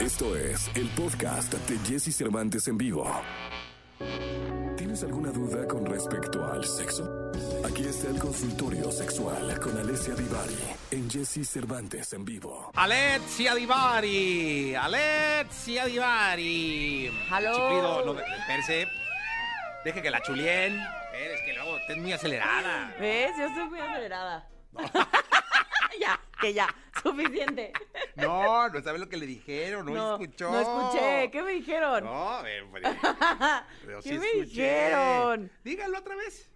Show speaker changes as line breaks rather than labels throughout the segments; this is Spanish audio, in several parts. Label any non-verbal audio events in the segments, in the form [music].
Esto es el podcast de Jesse Cervantes en vivo. ¿Tienes alguna duda con respecto al sexo? Aquí está el consultorio sexual con Alessia Divari en Jesse Cervantes en vivo.
Alexia Divari, Alexia Divari.
Aló.
Chiflido, no, espérese. Deje que la chulien. Es que luego estés muy acelerada.
¿Ves? Yo estoy muy acelerada. [laughs] ya, que ya, suficiente.
No, no sabes lo que le dijeron, no, escuchó.
No escuché. ¿Qué me dijeron?
No, eh, hombre,
[laughs]
pero
¿Qué
sí
me
escuché. [laughs]
dijeron?
Dígalo otra vez.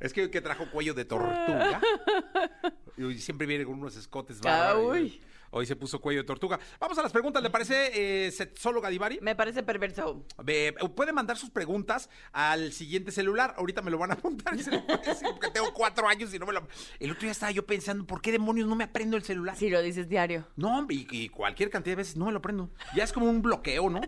es que, que trajo cuello de
[laughs]
tortuga. Y hoy siempre viene con unos escotes bárbaros.
Ah, uy.
Hoy se puso cuello de tortuga. Vamos a las preguntas, ¿le parece, eh, sexóloga Divari?
Me parece perverso.
Ve- Puede mandar sus preguntas al siguiente celular. Ahorita me lo van a apuntar. [laughs] y se lo voy a decir, porque tengo cuatro años y no me lo. El otro día estaba yo pensando, ¿por qué demonios no me aprendo el celular?
Si lo dices diario.
No, hombre, y, y cualquier cantidad de veces no me lo aprendo. Ya es como un bloqueo,
[laughs]
¿no?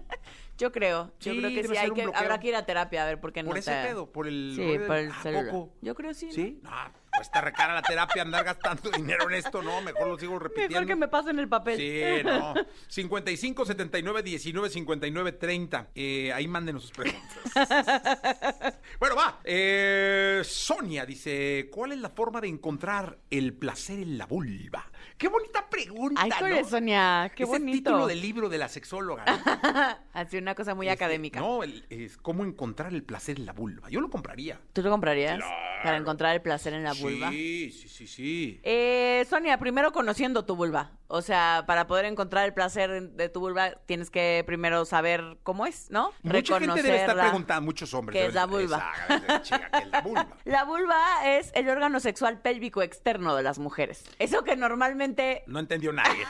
Yo creo, yo
Sí,
creo que
debe
sí hay
ser un
que,
bloqueo.
habrá que ir a terapia a ver por qué no
por ese
te-
pedo, por el.
Sí, por el
¿A
celular.
poco?
Yo creo sí, ¿no?
Sí. No, cuesta recara la terapia andar gastando [laughs] dinero en esto, ¿no? Mejor lo sigo repitiendo.
Mejor que me pasen el papel.
Sí,
[laughs]
no. 55 79 19 59 30. Eh, ahí mándenos sus
[laughs]
preguntas. bueno, va. Eh, Sonia dice: ¿Cuál es la forma de encontrar el placer en la vulva? Qué bonita pregunta.
Ay,
Ah, ¿no?
con Sonia, qué
es el
bonito.
título del libro de la sexóloga. ¿no?
Así una cosa [laughs] muy
Este,
académica.
No, el- es cómo encontrar el placer en la vulva. Yo lo compraría.
¿Tú lo comprarías
Claro.
para encontrar el placer en la vulva?
Sí, sí, sí, sí.
Eh, Sonia, primero conociendo tu vulva. O sea, para poder encontrar el placer de tu vulva, tienes que primero saber cómo es, ¿no?
Mucha gente debe estar preguntando, muchos hombres.
¿Qué es la
deben-
vulva?
Esa, chica, ¿qué es
[laughs]
la vulva?
La vulva es el órgano sexual pélvico externo de las mujeres. Eso que normalmente
No entendió
[laughs]
nadie.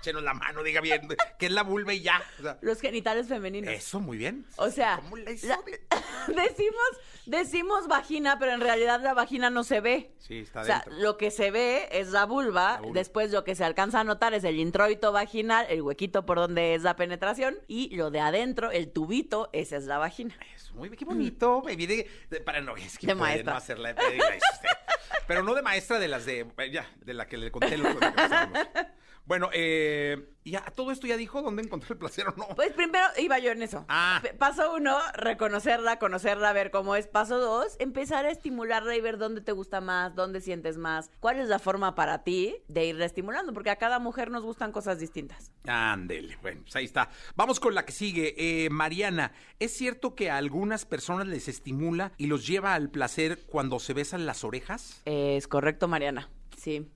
Chenos la mano, diga bien. ¿Qué es la vulva y ya? O sea,
los genitales femeninos.
eso, muy bien.
O sea,
¿Cómo la hizo?
la- [laughs] decimos, decimos vagina, pero en realidad la vagina no se ve.
Sí, está
O sea,
adentro.
lo que se ve es la vulva,
La vulva.
después lo que se alcanza a notar es el introito vaginal, el huequito por donde es la penetración, y lo de adentro, el tubito, esa es la vagina.
Eso, muy bien, qué bonito. Me viene de- para no, es que
Mm. De
puede
maestra.
no hacerla de- de- de- usted. Pero no de maestra de las de, ya, de la que le conté el otro día que
[laughs]
estábamos. Bueno, eh, ¿y a todo esto ya dijo dónde encontrar el placer o no?
Pues primero iba yo en eso.
Ah.
P- Paso uno, reconocerla, conocerla, ver cómo es. Paso dos, empezar a estimularla y ver dónde te gusta más, dónde sientes más, cuál es la forma para ti de irla estimulando, porque a cada mujer nos gustan cosas distintas.
Ándele, bueno, pues ahí está. Vamos con la que sigue. Eh, Mariana, ¿es cierto que a algunas personas les estimula y los lleva al placer cuando se besan las orejas?
Es correcto, Mariana. Sí.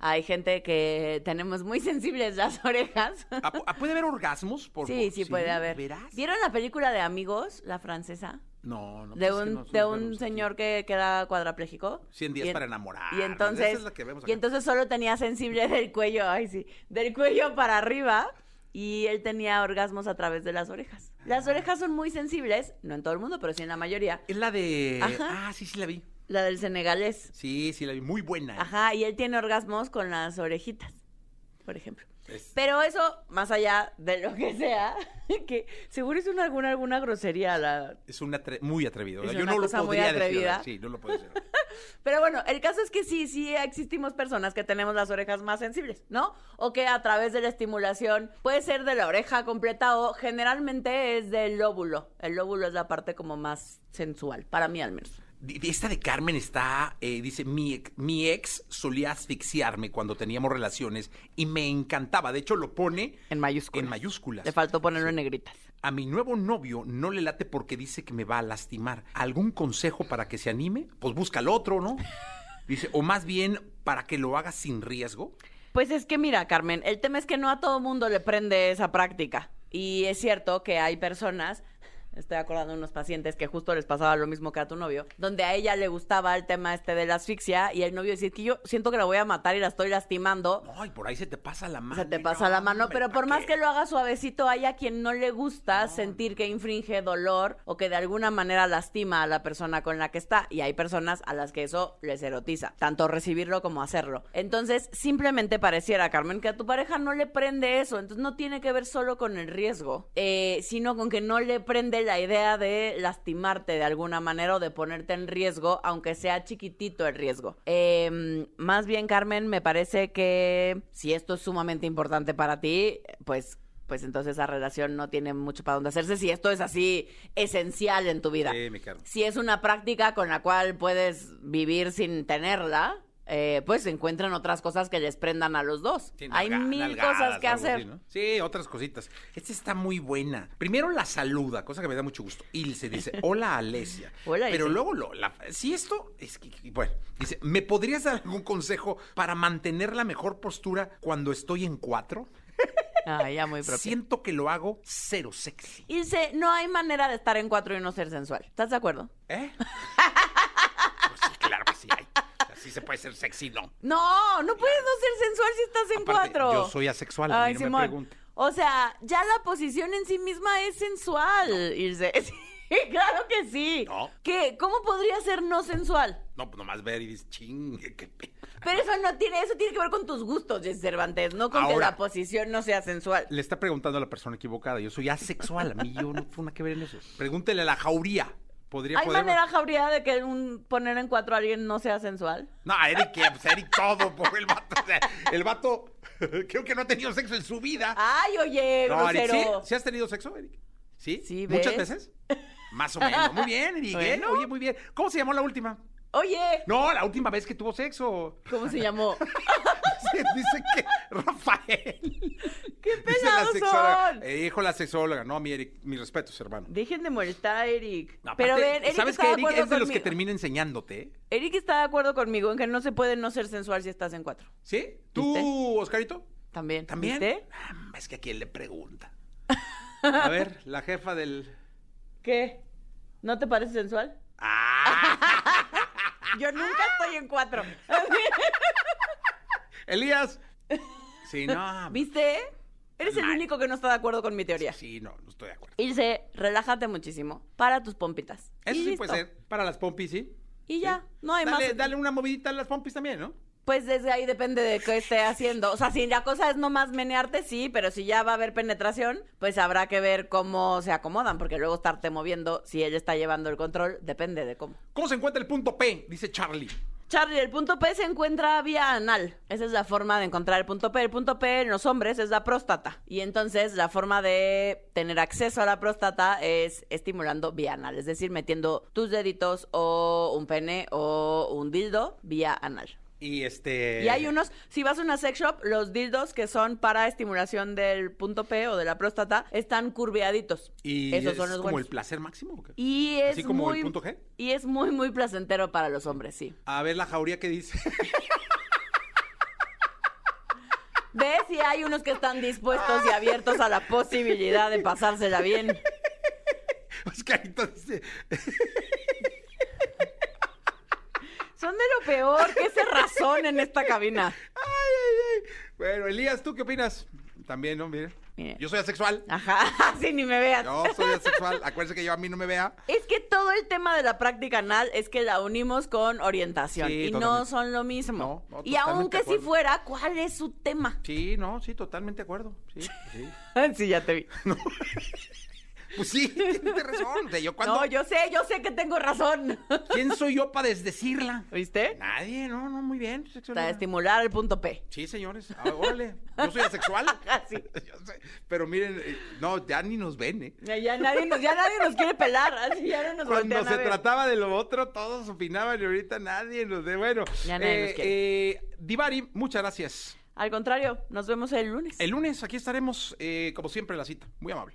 Hay gente que tenemos muy [laughs] sensibles las orejas.
¿A- a- ¿Puede haber orgasmos? Por,
Sí, sí, puede haber.
¿Verás?
¿Vieron la película de Amigos, la francesa?
No, no.
De
pues es que
un,
no son
de un
verlos.
señor que queda cuadrapléjico.
Cien días para enamorar.
Y entonces,
Esa es la que vemos
y
acá.
entonces solo tenía sensible [laughs] del cuello, ay sí, del cuello para arriba. Y él tenía orgasmos a través de las orejas.
Ah.
Las orejas son muy sensibles, no en todo el mundo, pero sí en la mayoría.
Es la de...
Ajá.
Ah, sí, sí la vi.
La del senegalés.
Sí, sí la vi. Muy buena. ¿eh?
Ajá, y él tiene orgasmos con las orejitas, por ejemplo.
Es-
Pero eso, más allá de lo que sea, [laughs] que seguro es una, alguna, alguna grosería la,
Es una atre- muy atrevido.
Es
Yo
una
no lo
cosa muy
podría decir.
atrevida.
¿verdad? Sí, no lo puedo decir.
Pero bueno, el caso es que sí, sí existimos personas que tenemos las orejas más sensibles, ¿no? O que a través de la estimulación puede ser de la oreja completa o generalmente es del lóbulo. El lóbulo es la parte como más sensual, para mí al menos.
Di- di- Esta de Carmen está, eh, dice, mi, ex- mi ex solía asfixiarme cuando teníamos relaciones y me encantaba. De hecho, lo pone
En mayúsculas.
en mayúsculas.
Le faltó ponerlo en negritas.
A mi nuevo novio no le late porque dice que me va a lastimar. ¿Algún consejo para que se anime? Pues busca al otro,
[laughs]
¿no? Dice, o más bien para que lo haga sin riesgo.
Pues es que mira, Carmen, el tema es que no a todo mundo le prende esa práctica. Y es cierto que hay personas, estoy acordando de unos pacientes que justo les pasaba lo mismo que a tu novio, donde a ella le gustaba el tema este de la asfixia y el novio decía "Es que yo siento que la voy a matar y la estoy lastimando.
Ay, por ahí se te pasa la mano. ¿eh?
Se te pasa la mano,
hombre,
pero por
¿pa'
más
qué?
que lo haga suavecito, hay a quien no le gusta sentir que infringe dolor o que de alguna manera lastima a la persona con la que está. Y hay personas a las que eso les erotiza, tanto recibirlo como hacerlo. Entonces, simplemente pareciera, Carmen, que a tu pareja no le prende eso. Entonces, no tiene que ver solo con el riesgo, eh, sino con que no le prende la idea de lastimarte de alguna manera o de ponerte en riesgo, aunque sea chiquitito el riesgo. Eh, más bien, Carmen, me parece que si esto es sumamente importante para ti, pues pues entonces esa relación no tiene mucho para dónde hacerse si esto es así esencial en tu vida.
Sí, mi Carmen.
Si es una práctica con la cual puedes vivir sin tenerla, eh, pues encuentran otras cosas que les prendan a los dos.
Sí,
Hay
nalga-
mil
nalgadas,
cosas que
algo así,
hacer. [laughs]
¿no? Sí, otras cositas. Esta está muy buena. Primero la saluda, cosa que me da mucho gusto. Ilse dice,
[laughs]
hola Alesia.
Hola,
Pero
Ilse.
luego, lo- la- si esto, es que, bueno, dice, ¿me podrías dar algún consejo para mantener la mejor postura cuando estoy en cuatro?
Ah, ya muy propio.
Siento que lo hago cero sexy.
Y dice, no hay manera de estar en cuatro y no ser sensual. ¿Estás de acuerdo? [laughs]
¿Eh? Pues sí, claro que sí hay. Así se puede ser sexy, no.
No, no puedes no ser sensual si estás en
Aparte,
cuatro.
yo soy asexual, a mí no me pregunte.
O sea, ya la posición en sí misma es sensual, Ilse. [laughs] Sí, claro que sí.
No.
¿Qué? ¿Cómo podría ser no sensual?
No, pues nomás ver y dices, chingue, qué pe-".
Pero eso no tiene, eso tiene que ver con tus gustos, Jess Cervantes, no con que
Ahora-
la posición no sea sensual.
Le está preguntando a la persona equivocada. Yo soy asexual, a mí yo no tengo nada que ver en eso. Pregúntele a la jauría. ¿Podría
¿Hay
poder-
manera, Jauría, de que un poner en cuatro a alguien no sea sensual?
No, Eric, ¿qué? Pues Eric todo, [laughs] por el vato. o sea, el vato [laughs] creo que no ha tenido sexo en su vida.
Ay, oye,
no, Eric, ¿sí?
Ah, grosero.
¿Sí has tenido sexo, Eric? ¿Sí?
Sí,
¿Muchas
¿ves? [laughs]
veces? Más o menos. Muy bien, Eric. ¿eh?
Bueno.
Oye, muy bien. ¿Cómo se llamó la última?
Oye,
No, la última vez que tuvo sexo. [laughs]
¿cómo se llamó?
Dice, dice que Rafael.
[laughs] ¡Qué
Dice la
pelados
sexóloga.
son!
Eh, dijo la sexóloga. No, mi Eric, mis respetos, hermano.
Dejen de molestar a Eric.
No,
Pero a
aparte,
ver, Eric
¿Sabes
está
que
de
Eric
acuerdo
es de los que
conmigo.
termina enseñándote? ¿eh?
Eric está de acuerdo conmigo en que no se puede no ser sensual si estás en cuatro.
¿Sí? ¿Tú, Oscarito?
También.
¿También?
¿Viste?
Ah, Es que a quién le pregunta. A ver, la jefa del.
¿Qué? ¿No te parece sensual?
¡Ah!
Yo nunca estoy en cuatro.
Elías. Sí,
[laughs]
no.
¿Viste? Eres el
Mal.
único que no está de acuerdo con mi teoría.
Sí, no, no estoy de acuerdo.
Ilse, relájate muchísimo. Para tus pompitas.
Eso
Y
sí
listo.
puede ser. Para las pompis, sí.
Y ya,
Sí.
no hay
dale,
más.
Dale una movidita a las pompis también, ¿no?
Pues desde ahí depende de qué esté haciendo. O sea, si la cosa es nomás menearte, sí, pero si ya va a haber penetración, pues habrá que ver cómo se acomodan, porque luego estarte moviendo, si ella está llevando el control, depende de cómo.
¿Cómo se encuentra el punto P? Dice Charlie.
Charlie, el punto P se encuentra vía anal. Esa es la forma de encontrar el punto P. El punto P en los hombres es la próstata. Y entonces la forma de tener acceso a la próstata es estimulando vía anal, es decir, metiendo tus deditos o un pene o un dildo vía anal.
Y este.
Y hay unos, si vas a una sex shop, los dildos que son para estimulación del punto P o de la próstata están curveaditos.
Y
Esos
es
son los
como
buenos.
el placer máximo. ¿o qué?
Y es
así como el
muy,
punto G.
Y es muy, muy placentero para los hombres, sí.
A ver la jauría que dice. [laughs]
¿Ves? Y hay unos que están dispuestos y abiertos a la posibilidad de pasársela bien.
Oscarito dice.
Son de lo peor, que se razón en esta cabina.
Ay, ay, ay. Bueno, Elías, ¿tú qué opinas? También, ¿no? Mire.
Mire.
Yo soy asexual.
Ajá, [laughs] sí, ni me veas.
Yo soy asexual. Acuérdense que yo a mí no me vea.
Es que todo el tema de la práctica anal es que la unimos con orientación
Sí,
y no
totalmente.
son lo mismo.
No, no,
y
totalmente
aunque
de
si
acuerdo.
fuera, ¿cuál es su tema?
Sí, no, sí, totalmente de acuerdo. Sí, [laughs] sí.
Sí, ya te vi.
Pues sí, [laughs] tienes razón. O sea, yo cuando.
No, yo sé, yo sé que
[laughs]
tengo razón.
¿Quién soy yo para desdecirla?
¿Viste?
Nadie, no, no, muy bien. sexual.
Para estimular el punto P.
Sí, señores. Ah, Órale. Yo soy asexual. [laughs]
Sí.
Yo sé. Pero miren, eh, no, ya ni nos ven, ¿eh?
Ya, ya nadie nos, ya nadie nos quiere pelar, así ya no nos
Cuando
voltean a
se
ver.
trataba de lo otro, todos opinaban y ahorita nadie nos de bueno.
Ya nadie nos
eh, Divari, muchas gracias.
Al contrario, nos vemos el lunes.
El lunes aquí estaremos, eh, como siempre, la cita. Muy amable.